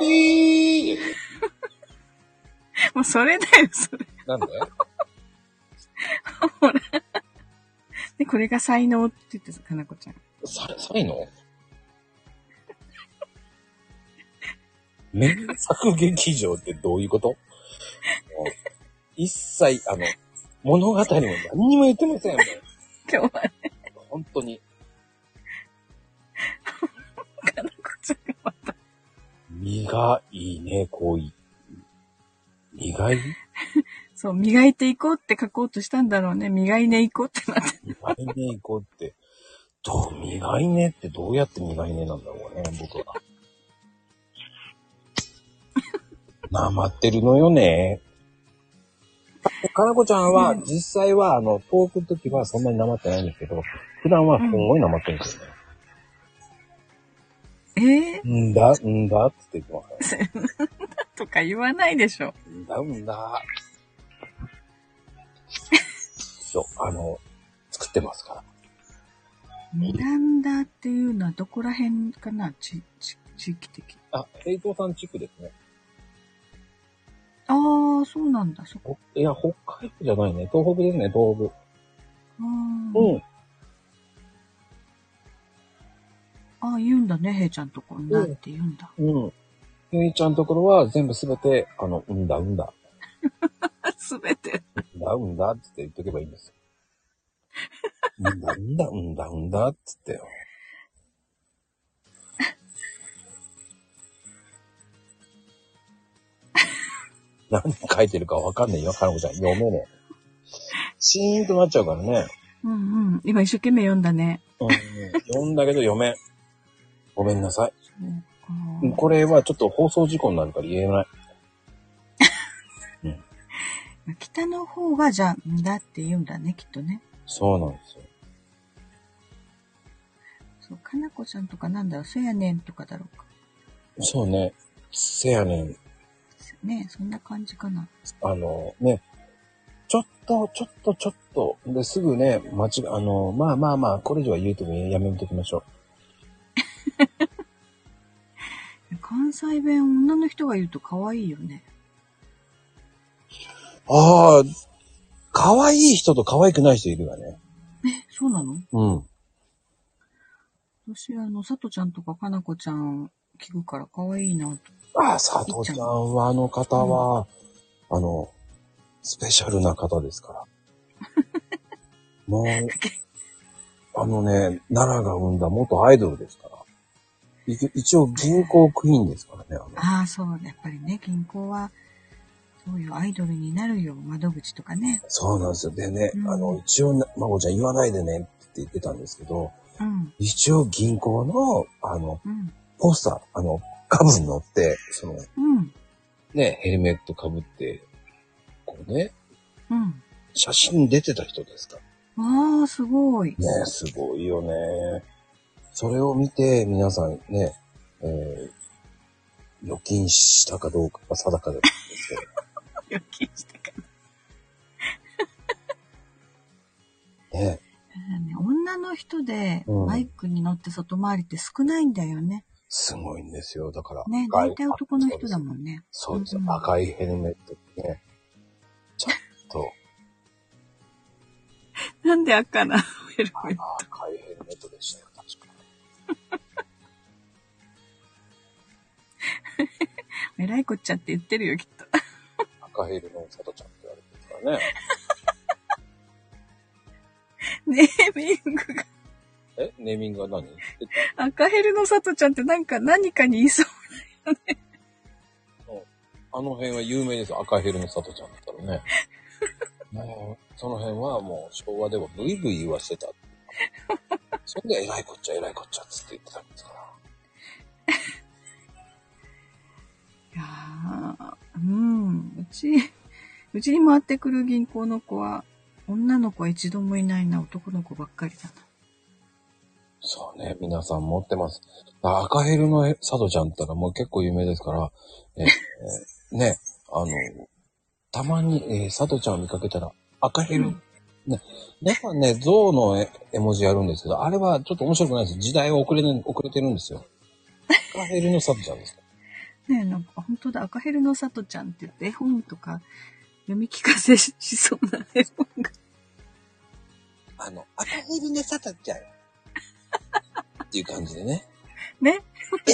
Speaker 1: ぴーです
Speaker 2: もうそれだよ、それ。
Speaker 1: なんで
Speaker 2: で、これが才能って言ってた、かなこちゃん。
Speaker 1: さ、才能 名作劇場ってどういうこともう一切、あの、物語も何にも言ってませんよ、も
Speaker 2: 今日はね、
Speaker 1: う本当に。
Speaker 2: かなこちゃんがまた。
Speaker 1: 苦いね、恋。苦い
Speaker 2: そう、磨いていこうって書こうとしたんだろうね。磨いねいこうってなって。
Speaker 1: 磨いね行こうって、どう、磨いねってどうやって磨いねなんだろうね、僕 は。なまってるのよね。かなこちゃんは、実際は、あの、トークの時はそんなになまってないんですけど、普段はすごいなまってるんですよね。
Speaker 2: え
Speaker 1: んだ、んだって言ってますね。
Speaker 2: ー、とか言わないでしょ。
Speaker 1: んだ、ん だ。そう、あの、作ってますから。
Speaker 2: ミランダっていうのはどこら辺かなち、ち、地域的。
Speaker 1: あ、平等さん地区ですね。
Speaker 2: ああ、そうなんだ、そこ。
Speaker 1: ほいや、北海道じゃないね。東北ですね、東北。
Speaker 2: あ
Speaker 1: う
Speaker 2: ー
Speaker 1: ん。
Speaker 2: あー、言うんだね、へいちゃんとこ。なんて言うんだ。
Speaker 1: うん。ゆいちゃんのところは全部すべて、あの、うんだうんだ、
Speaker 2: すべて。
Speaker 1: うんだうんだっつって言っとけばいいん ですよ。うんだうんだうんだうんだっつってよ。 何書いてるかわかんないよ、かなこちゃん。読めねえ。シーンとなっちゃうからね。
Speaker 2: うんうん。今一生懸命読んだね。
Speaker 1: うん、読んだけど読めん。ごめんなさい。
Speaker 2: そうか
Speaker 1: これはちょっと放送事故になるから言えない。
Speaker 2: 北の方がじゃあ、んだって言うんだね、きっとね。
Speaker 1: そうなんですよ。
Speaker 2: そう、かなこちゃんとかなんだろう、そやねんとかだろうか。
Speaker 1: そうね。せやねん。
Speaker 2: ねそんな感じかな。
Speaker 1: あのね、ちょっと、ちょっと、ちょっと、ですぐね、間違、あの、まあまあまあ、これ以上は言うともやめときましょ
Speaker 2: 関西弁、女の人が言うと可愛いよね。
Speaker 1: う。ああ、可愛い人と可愛くない人いるわね。
Speaker 2: え、そうなの
Speaker 1: うん。
Speaker 2: 私、あの、さとちゃんとかかなこちゃん聞くから可愛いなと。
Speaker 1: ああ、佐藤ちゃんは、あの方は、あの、スペシャルな方です から。もう、あのね、奈良が生んだ元アイドルですから。い一応銀行クイーンですからね、あの
Speaker 2: ああ、そう、やっぱりね、銀行は、そういうアイドルになるよ、窓口とかね。
Speaker 1: そうなんですよ。でね、
Speaker 2: うん
Speaker 1: あの、一応な、まこちゃん言わないでねって言ってたんですけど、
Speaker 2: うん、
Speaker 1: 一応銀行の、あの、
Speaker 2: うん、
Speaker 1: ポスター、あの、株に乗って、その、
Speaker 2: うん。
Speaker 1: ね、ヘルメットかぶって、こうね、
Speaker 2: うん。
Speaker 1: 写真出てた人ですか
Speaker 2: ああ、すごい。
Speaker 1: ねすごいよね。それを見て、皆さんね、えー、預金したかどうかが定かではないですけど
Speaker 2: 予期したか
Speaker 1: ね。
Speaker 2: らね。女の人で
Speaker 1: うん
Speaker 2: バイクに乗って外回りって少ないんだよね。
Speaker 1: すごいんですよ。だから、
Speaker 2: ね、
Speaker 1: 赤い
Speaker 2: 大体男の人だもんね。
Speaker 1: そうです。
Speaker 2: うん
Speaker 1: 赤いヘルメットってね。ちょっと、
Speaker 2: なんで赤なの ヘルメット
Speaker 1: 赤いヘルメットでしたよ、確か
Speaker 2: えらいこっちゃって言ってるよ、きっと。
Speaker 1: 赤ヘルの里ちゃんって言われてるからね。
Speaker 2: ネーミングが。
Speaker 1: えネーミングは何え
Speaker 2: 赤ヘルの里ちゃんってなんか何かに言いそう。
Speaker 1: あの辺は有名ですよ。赤ヘルの里ちゃんだったらね。 もう、その辺はもう昭和ではブイブイ言わせてた。そんで、偉いこっちゃ偉いこっちゃっつって言ってたんですから。
Speaker 2: いやーうん。うち、 うちに回ってくる銀行の子は、女の子は一度もいないな、男の子ばっかりだな。
Speaker 1: そうね、皆さん持ってます。あ赤ヘルの里ちゃんったらもう結構有名ですから、えーね、あの、たまに、えー、里ちゃんを見かけたら、赤ヘル、
Speaker 2: うん
Speaker 1: ね、皆さんね、象の絵絵文字やるんですけど、あれはちょっと面白くないです。時代を遅れて、遅れてるんですよ。赤ヘルの里ちゃんです。
Speaker 2: ねえ、なんか本当だ、赤ヘルの里ちゃんって言って、絵本とか読み聞かせしそうな絵本が。
Speaker 1: あの、赤ヘルの里ちゃん。っていう感じでね。
Speaker 2: ね。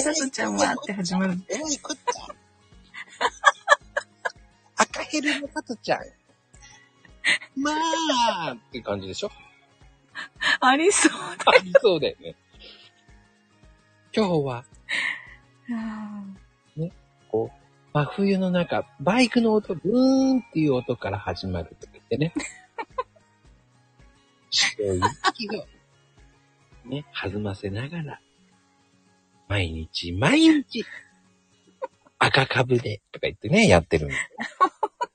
Speaker 2: 里ちゃんはって始まる。
Speaker 1: えらいこっちゃ。赤ヘルのカトちゃん。まあっていう感じでしょ
Speaker 2: ありそうだ。
Speaker 1: ありそうだよね。今日は、
Speaker 2: あ
Speaker 1: こう、真冬の中、バイクの音、ブーンっていう音から始まるとか言って ね。白い息を、ね、弾ませながら、毎日毎日、赤株で、とか言ってね、やってるんです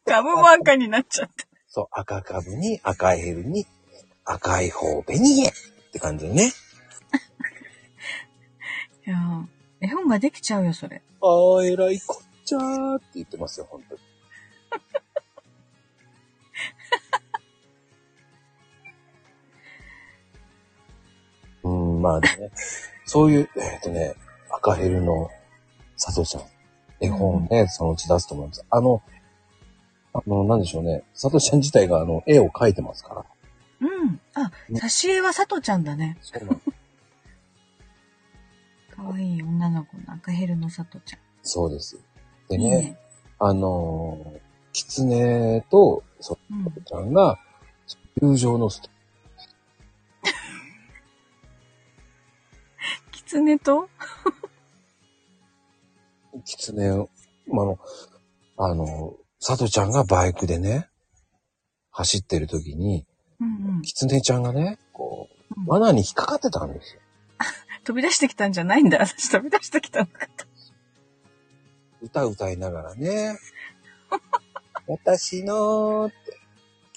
Speaker 2: ーガムも赤になっちゃった。
Speaker 1: そう、赤カブに赤いヘルに赤い方ベニエって感じでね。
Speaker 2: いやー絵本ができちゃうよ、それ。
Speaker 1: あー、えらいこっちゃーって言ってますよ、本当に。 うん、まあでもね、そういう、えっ、とね、赤ヘルの佐藤ちゃん、絵本をね、そのうち出すと思います。あの、あの、なんでしょうね、佐藤ちゃん自体があの、絵を描いてますから。
Speaker 2: うん。あ、挿絵は里ちゃんだね。
Speaker 1: そうなん
Speaker 2: かわいい女の子の赤ヘルの里ちゃ
Speaker 1: そうです。
Speaker 2: ん。
Speaker 1: で
Speaker 2: い
Speaker 1: ね、
Speaker 2: いね。
Speaker 1: あのー、キツネと、そ
Speaker 2: うん。
Speaker 1: う、ちゃんが、友情のスト
Speaker 2: キツネと
Speaker 1: キツネ、まあの、あのー、サトちゃんがバイクでね、走ってる時に、
Speaker 2: うんうん。
Speaker 1: キツネちゃんがね、こ
Speaker 2: うん
Speaker 1: う、罠に引っかかってたんですよ。
Speaker 2: 飛び出してきたんじゃないんだ。私飛び出してきたのかと。
Speaker 1: 歌歌いながら ね、私のーっ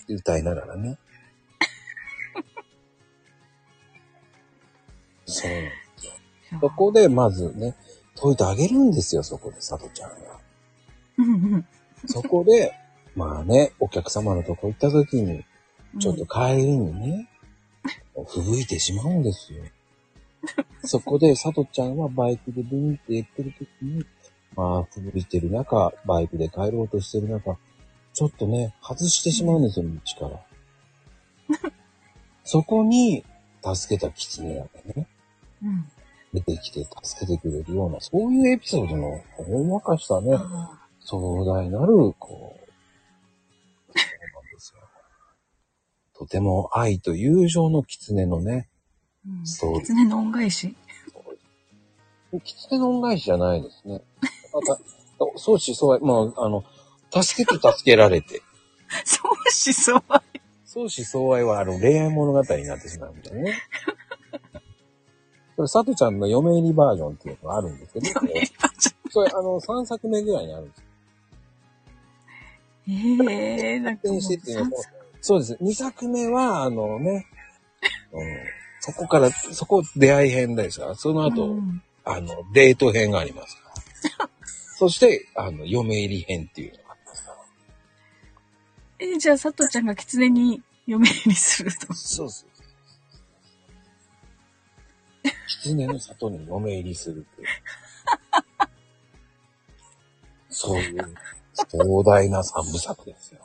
Speaker 1: て歌いながらね。そうなんですそこでまずね、解いてあげるんですよ、そこで、佐藤ちゃんが。
Speaker 2: うんうん
Speaker 1: そこで、まあね、お客様のとこ行った時に、
Speaker 2: うん。
Speaker 1: ちょっと帰りにね、吹雪いてしまうんです よ。そこで、佐藤ちゃんはバイクでブンって行ってる時に、まあ、吹雪いてる中、バイクで帰ろうとしてる中、ちょっとね、外してしまうんですよ、道から。 そこに、助けた狐がね、
Speaker 2: うん。
Speaker 1: 出てきて助けてくれるような、そういうエピソードの、ほんわかしたね、
Speaker 2: ああ
Speaker 1: 壮大なる、こう、 そうなんですよ。とても愛と友情の狐のね、
Speaker 2: うん
Speaker 1: そう
Speaker 2: キツネの恩返し
Speaker 1: 狐の恩返しじゃないです ね。また、そうし、そう、まあ、あの、助けて助けられ て、
Speaker 2: そうしそう。あ
Speaker 1: 相思相愛はあの恋愛物語になってしまうんだよね。それ、佐藤ちゃんの嫁入りバージョンっていうのがあるんですけど、それ、あの、3作目ぐらいにあるんですよ
Speaker 2: ええなんかもう
Speaker 1: 先生っていうのは
Speaker 2: 散
Speaker 1: も
Speaker 2: 々
Speaker 1: うそうです。2作目は、あのね、うん、そこから、そこ出会い編ですから、その後、
Speaker 2: うん
Speaker 1: あの、デート編があり ますから。そして、あの、嫁入り編っていうのがありますから。
Speaker 2: えじゃあ、佐藤ちゃんが狐に嫁入りすると。
Speaker 1: そうです。狐の里に嫁入りする っていう。そういう壮大な三部作ですよ。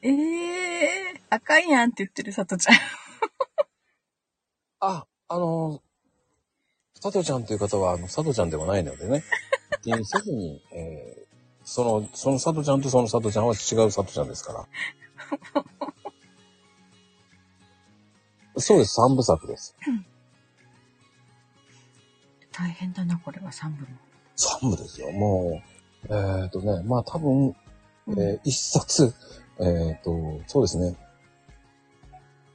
Speaker 2: ええあかんやんって言ってる佐藤ちゃん。
Speaker 1: あ、あのー、佐藤ちゃんという方は、あの、佐藤ちゃんではないのでね。気にせずに、えーその、その佐藤ちゃんとその佐藤ちゃんは違う佐藤ちゃんですから。そうです、三部作です。
Speaker 2: 大変だな、これは3部
Speaker 1: 三部ですよ、もう。えーっ、とね、まあ多分、
Speaker 2: も。
Speaker 1: えー一冊、えーっ、と、そうですね。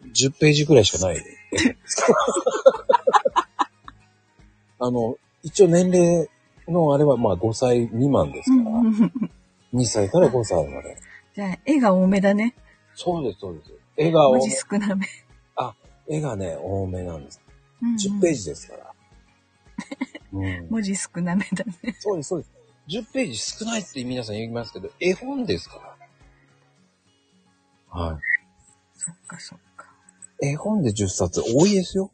Speaker 1: 10ページくらいしか ない。あの、一応年齢のあれは、まあ5歳未満ですから、
Speaker 2: うんうん
Speaker 1: 2歳から5歳まで。
Speaker 2: じゃあ、絵が多めだね。
Speaker 1: そうです、そうです。絵が、
Speaker 2: 文字少なめ。
Speaker 1: 絵がね、多めなんです。
Speaker 2: うんうん
Speaker 1: 10ページです から。うん、
Speaker 2: 文字少なめだね。
Speaker 1: そうです、そうです。10ページ少ないって皆さん言いますけど、絵本ですから。はい。
Speaker 2: そっかそっか。
Speaker 1: 絵本で10冊多いですよ。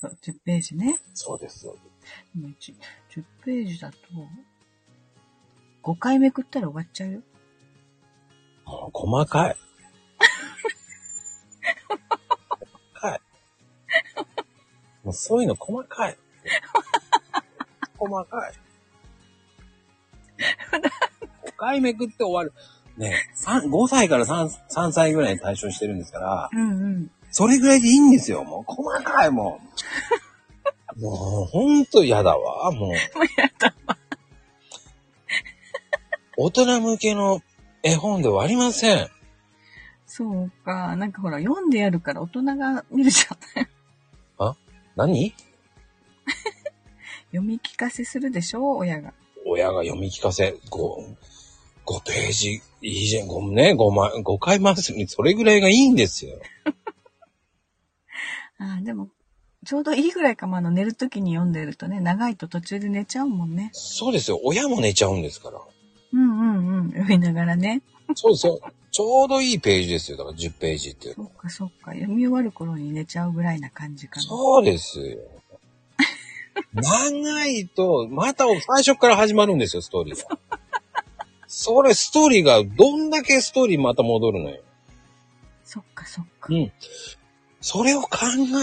Speaker 2: そう、10ページね。
Speaker 1: そうですよ。
Speaker 2: もう一10ページだと、5回めくったら終わっちゃうよ。
Speaker 1: もう細かい。細かい。もうそういうの細かい。細かい。5回めくって終わる。ね三5歳から 3, 3歳ぐらいに対象してるんですから、
Speaker 2: うんうん。
Speaker 1: それぐらいでいいんですよ。もう細かい、もう。 もう、ほんと嫌だわ、もう。
Speaker 2: もうやだ。
Speaker 1: 大人向けの絵本ではありません。
Speaker 2: そうか。なんかほら、読んでやるから大人が見るじゃん。
Speaker 1: 何
Speaker 2: 読み聞かせするでしょ親が。
Speaker 1: 親が読み聞かせ、5、5ページ、いいじゃん、5ね、5枚、5回回すに、それぐらいがいいんですよ。
Speaker 2: ああ、でも、ちょうどいいぐらいかも、あの、寝るときに読んでるとね、長いと途中で寝ちゃうもんね。
Speaker 1: そうですよ、親も寝ちゃうんですから。
Speaker 2: うんうんうん。読みながらね。
Speaker 1: そうですよ、ちょうどいいページですよ、だから10ページっていう
Speaker 2: そ
Speaker 1: の
Speaker 2: っかそっか。読み終わる頃に寝ちゃうぐらいな感じかな。
Speaker 1: そうですよ。長いと、また最初から始まるんですよ、ストーリーが。それ、ストーリーが、どんだけストーリーまた戻るのよ。
Speaker 2: そっかそっか
Speaker 1: う。ん。それを考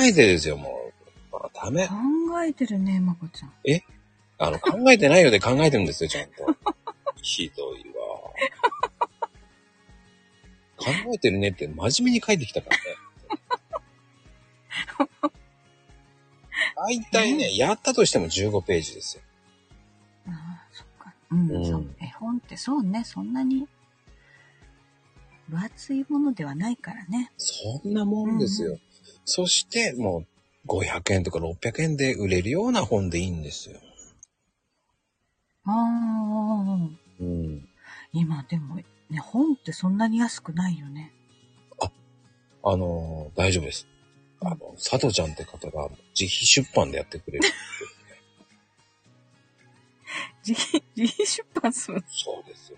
Speaker 1: えてですよ、もう。まあ、ダメ。
Speaker 2: 考えてるね、まこちゃん。
Speaker 1: あの、考えてないようで考 えてるんですよ、ちゃんと。ひどいわ。考えてるねって真面目に書いてきたからね。大体ね、やったとしても15ページですよ。
Speaker 2: ああ、そっか。うん、
Speaker 1: うん
Speaker 2: そう。絵本ってそうね、そんなに、分厚いものではないからね。
Speaker 1: そんなもんですよ。そして、もう、500円とか600円で売れるような本でいいんですよ。
Speaker 2: ああ、
Speaker 1: うん。
Speaker 2: 今でも、ね、本ってそんなに安くないよね。
Speaker 1: あのー大丈夫です。あの、佐藤ちゃんって方が自費出版でやってくれる。
Speaker 2: 自費、自費出版する。
Speaker 1: そうですよ。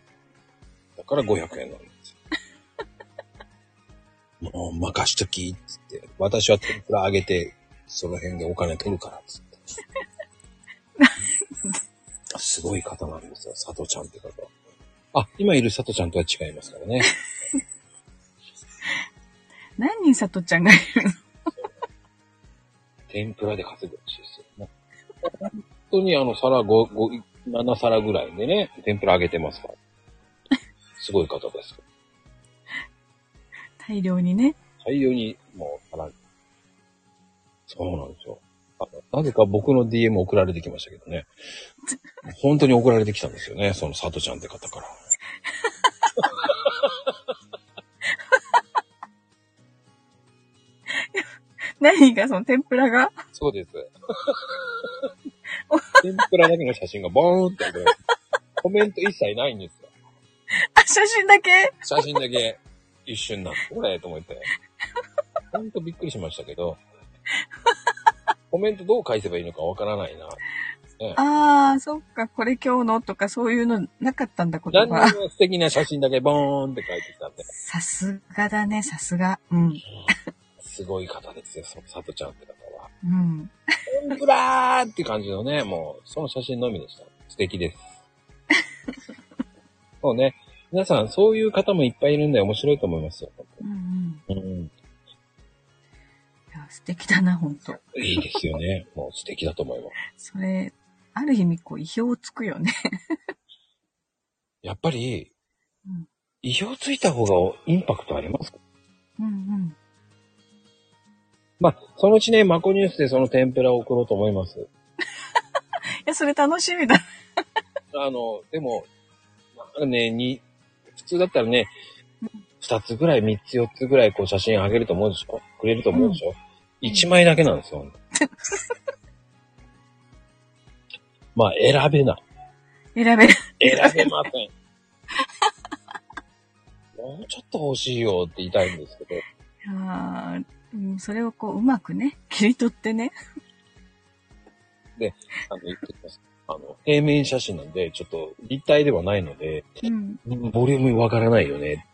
Speaker 1: だから500円なんですよ。 もう任しとき、つって。私は天ぷらあげて、その辺でお金取るから、つって。すごい方なんですよ、佐藤ちゃんって方は。あ、今いる佐藤ちゃんとは違いますからね。
Speaker 2: 何人さとちゃんがいるの
Speaker 1: 天ぷらで稼ぐらしいですよ、ね。本当にあの皿5、5、7皿ぐらいでね、天ぷらあげてますから。すごい方です。
Speaker 2: 大量にね。
Speaker 1: 大量に、もう、払う。そうなんですよ。あのなぜか僕の DM 送られてきましたけどね。 本当に送られてきたんですよね。その佐藤ちゃんって方から。
Speaker 2: 何がその天ぷらが
Speaker 1: そうです。天ぷらだけの写真がボーンって送られて。コメント一切ないんですよ。
Speaker 2: あ、写真だけ
Speaker 1: 写真だけ一瞬なんこれと思って。ほんとびっくりしましたけど、コメントどう返せばいいのかわからないな。
Speaker 2: ああ、そっか、これ今日のとかそういうのなかったんだ、言
Speaker 1: 何
Speaker 2: 葉。
Speaker 1: にも素敵な写真だけボーンって書いてきたんで。
Speaker 2: さすがだね、さすが。うん。
Speaker 1: すごい方ですよ、そのサトちゃんって方は。
Speaker 2: うん。
Speaker 1: ブラーって感じのね、もう、その写真のみでした。素敵 です。そうね。皆さん、そういう方もいっぱいいるんで面白いと思いますよ。
Speaker 2: うんうん。
Speaker 1: うん。
Speaker 2: いや素敵だな、本当
Speaker 1: いいですよね。もう素敵だと思います。
Speaker 2: それ、ある意味、こう、意表をつくよね。
Speaker 1: やっぱり
Speaker 2: うん、
Speaker 1: 意表ついた方がインパクトありますか
Speaker 2: うんうん。
Speaker 1: まあ、そのうちね、マコニュースでその天ぷらを送ろうと思います。
Speaker 2: いや、それ楽しみだ。
Speaker 1: あの、でも、まあね、に、普通だったらね、二つぐらい、三つ、四つぐらい、こう写真あげると思うでしょくれると思うでしょ一、枚だけなんですよ。 まあ、選べない。
Speaker 2: 選べる。
Speaker 1: 選べません。もうちょっと欲しいよって言いたいんですけど。
Speaker 2: あーうん、それをこう、うまくね、切り取ってね。
Speaker 1: あの、言ってきます。あの、平面写真なんで、ちょっと立体ではないので、
Speaker 2: うん。
Speaker 1: ボリュームわからないよね。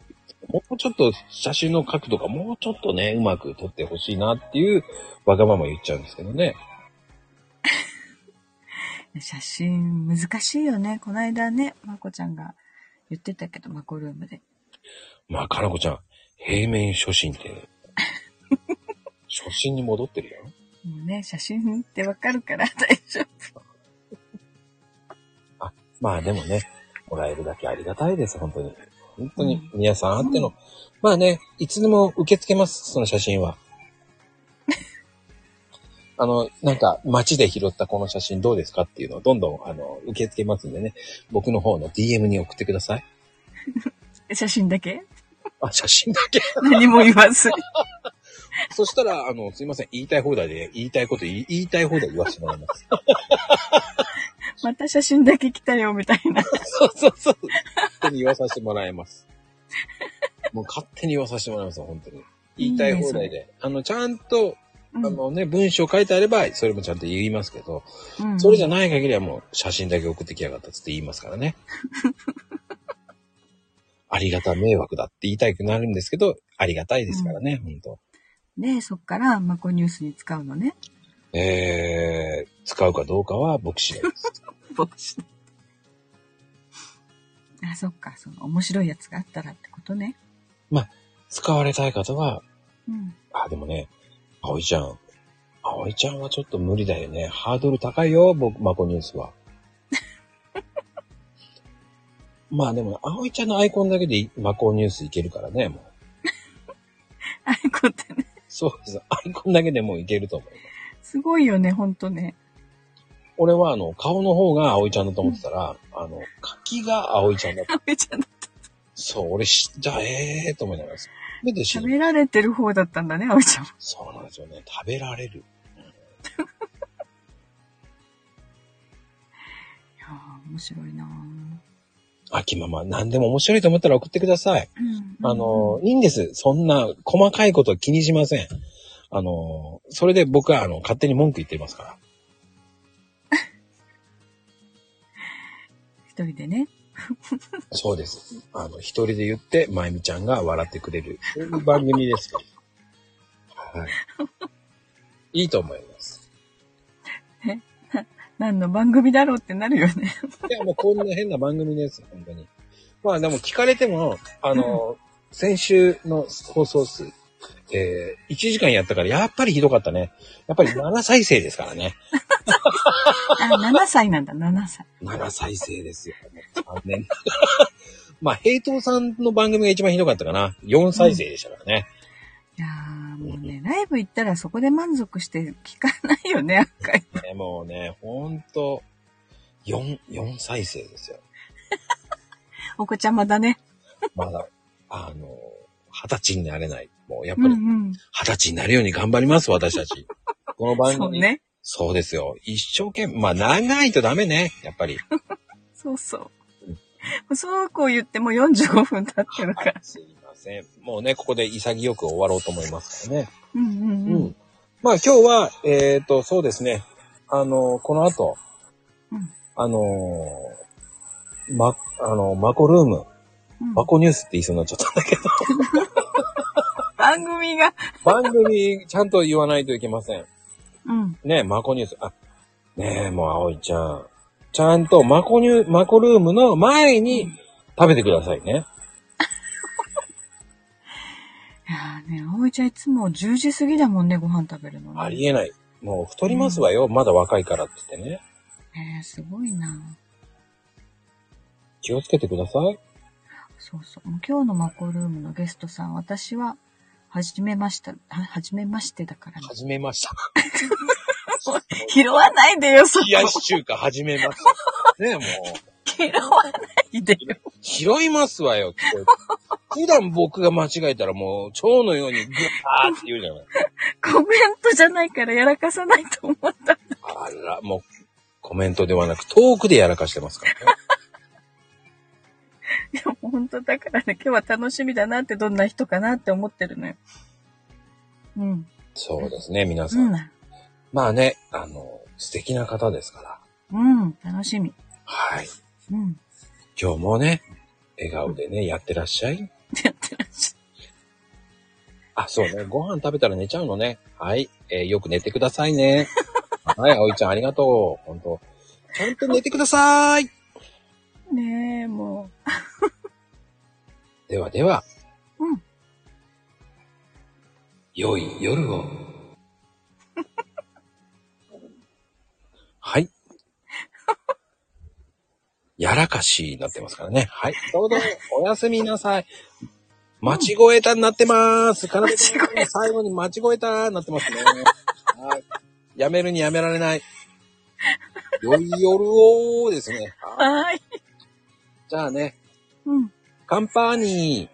Speaker 1: もうちょっと写真の角度がもうちょっとね、うまく撮ってほしいなっていうわがまま言っちゃうんですけどね。
Speaker 2: 写真、難しいよね。こないだね、まこちゃんが言ってたけど、まこルームで。
Speaker 1: まあ、かなこちゃん、平面初心って、初心に戻ってるよ。
Speaker 2: もうね、写真ってわかるから 大丈夫。
Speaker 1: まあでもね、もらえるだけありがたいです、本当に。本当に、皆さんあっての。まあね、いつでも受け付けます、その写真は。あの、なんか、街で拾ったこの写真どうですかっていうのをどんどん、あの、受け付けますんでね、僕の方の DM に送ってください。
Speaker 2: 写真だけ
Speaker 1: あ、写真だけ。
Speaker 2: 何も言わず。
Speaker 1: そしたら、あの、すいません、言いたい放題で、言いたいこと言い、言いたい放題言わせてもらいます。
Speaker 2: また写真だけ来たよ、みたいな。
Speaker 1: そうそうそう。勝手に言わさせてもらい ます。もう勝手に言わさせてもらいますよ、本当に。言いたい放題で。あの、ちゃんと、
Speaker 2: う
Speaker 1: あ
Speaker 2: ん
Speaker 1: のね、文章書いてあれば、それもちゃんと言いますけど、
Speaker 2: うん
Speaker 1: それじゃない限りはもう写真だけ送ってきやがったっつって言いますから ね。ありがた迷惑だって言いたくなるんですけど、ありがたいですからね、本当
Speaker 2: ねそっから、マコニュースに使うのね。
Speaker 1: えー、使うかどうかは僕次第 です。
Speaker 2: 帽子あ、そっか、その面白いやつがあったらってことね。
Speaker 1: 使われたい方は、
Speaker 2: うん。
Speaker 1: あ、でもね、葵ちゃん。葵ちゃんはちょっと無理だよね。ハードル高いよ、僕、マコニュースは。 まあでも、葵ちゃんのアイコンだけでいマコニュースいけるからね、もう。
Speaker 2: ああいうことね。
Speaker 1: そうです。アイコンだけでもういけると思う。
Speaker 2: すごいよね、ほんとね。
Speaker 1: 俺は、あの、顔の方が葵ちゃんだと思ってたら、あの、柿が葵ちゃんだと。
Speaker 2: 食べちゃん
Speaker 1: そう、俺し、じゃあ、ええーと思いながら。目で死
Speaker 2: 食
Speaker 1: ぬ。
Speaker 2: べられてる方だったんだね、あおいちゃん。
Speaker 1: そうなんですよね。食べられる。
Speaker 2: いやー面白いなぁ
Speaker 1: 秋ママ、何でも面白いと思ったら送ってください。
Speaker 2: うん
Speaker 1: あの、いいんです。そんな細かいことは気にしません。あの、それで僕はあの勝手に文句言ってますから。
Speaker 2: 一人でね。
Speaker 1: そうです。あの、一人で言って、まゆみちゃんが笑ってくれる。そういう番組ですから。はい。いいと思います。
Speaker 2: 何の番組だろうってなるよね。
Speaker 1: いや、もうこんな変な番組です。本当に。まあでも聞かれても、あの、先週の放送数、えー、1時間やったから、やっぱりひどかったね。やっぱり7再生ですからね。
Speaker 2: あ、7歳なんだ、7歳。
Speaker 1: 7再生ですよ。残念。 まあ、平等さんの番組が一番ひどかったかな。4再生でしたからね。
Speaker 2: いやーもうね、ライブ行ったらそこで満足して聞かないよね、赤い。
Speaker 1: ねもうね、ほんと、4、4再生ですよ。
Speaker 2: お子ちゃまだね。
Speaker 1: まだ、 あの、二十歳になれない。もう、やっ
Speaker 2: う
Speaker 1: ぱ
Speaker 2: ん
Speaker 1: り、
Speaker 2: う
Speaker 1: 二
Speaker 2: ん。
Speaker 1: 十歳になるように頑張ります、私たち。この番
Speaker 2: そう
Speaker 1: 組。
Speaker 2: ね。
Speaker 1: そうですよ。一生懸命、まあ、長いとダメね、やっぱり。
Speaker 2: そうそう。
Speaker 1: う
Speaker 2: そうこう言ってもう45分経ってるか
Speaker 1: は
Speaker 2: ら
Speaker 1: い。。すいません。もうね、ここで潔く終わろうと思いますからね。
Speaker 2: うんうん
Speaker 1: う
Speaker 2: うん。
Speaker 1: ん。まあ今日は、えっ、と、そうですね。あの、この後、
Speaker 2: うん
Speaker 1: あのーま、あの、マコルーム、
Speaker 2: うん
Speaker 1: マコニュースって言いそうになっちゃったん だけど、
Speaker 2: 番組が。
Speaker 1: 番組ちゃんと言わないといけません。
Speaker 2: うん。
Speaker 1: ねえ、マコニュース。あ、ねえ、もう葵ちゃん。ちゃんとマコニュー、マコルームの前に食べてくださいね。
Speaker 2: いやーね、葵ちゃんいつも10時過ぎだもんね、ご飯食べるのね。
Speaker 1: ありえない。もう太りますわよ。まだ若いからって言ってね。
Speaker 2: えー、すごいな。
Speaker 1: 気をつけてください。
Speaker 2: そうそう。今日のマコルームのゲストさん、私は、はじめました、は、はじめましてだからね。
Speaker 1: 始めま した。
Speaker 2: 拾わないでよ、そこ。
Speaker 1: 冷やし中華始めました。ねえ、もう。
Speaker 2: 拾わないでよ。
Speaker 1: 拾いますわよって。普段僕が間違えたらもう、蝶のようにグワーって言うじゃない。
Speaker 2: コメントじゃないからやらかさないと思った。
Speaker 1: あら、もう、コメントではなく、トークでやらかしてますからね。
Speaker 2: いや、もう本当だからね、今日は楽しみだなって、どんな人かなって思ってるのよ。うん。
Speaker 1: そうですね、皆さ。
Speaker 2: うんん。
Speaker 1: まあね、あの、素敵な方ですから。
Speaker 2: うん。楽しみ。
Speaker 1: はい。
Speaker 2: うん。
Speaker 1: 今日もね、笑顔でね、やってらっしゃい。
Speaker 2: やってらっし
Speaker 1: あ、そうね、ご飯食べたら寝ちゃうのね。はい。えーよく寝てくださいね。はい、葵ちゃんありがとう。本当ちゃんと寝てください。
Speaker 2: ゃる。ねえ、も
Speaker 1: ではでは。
Speaker 2: う。うん。
Speaker 1: 良い夜 を。はい。やらかしになってますからね。はい。どうぞ、 おやすみなさい。間違えたになってます。かなでちゃん最後に間違えたになってますね。はい。やめるにやめられ ない。良い夜をですね。はい
Speaker 2: はーい。
Speaker 1: じゃあね、
Speaker 2: うん。
Speaker 1: カンパーニー。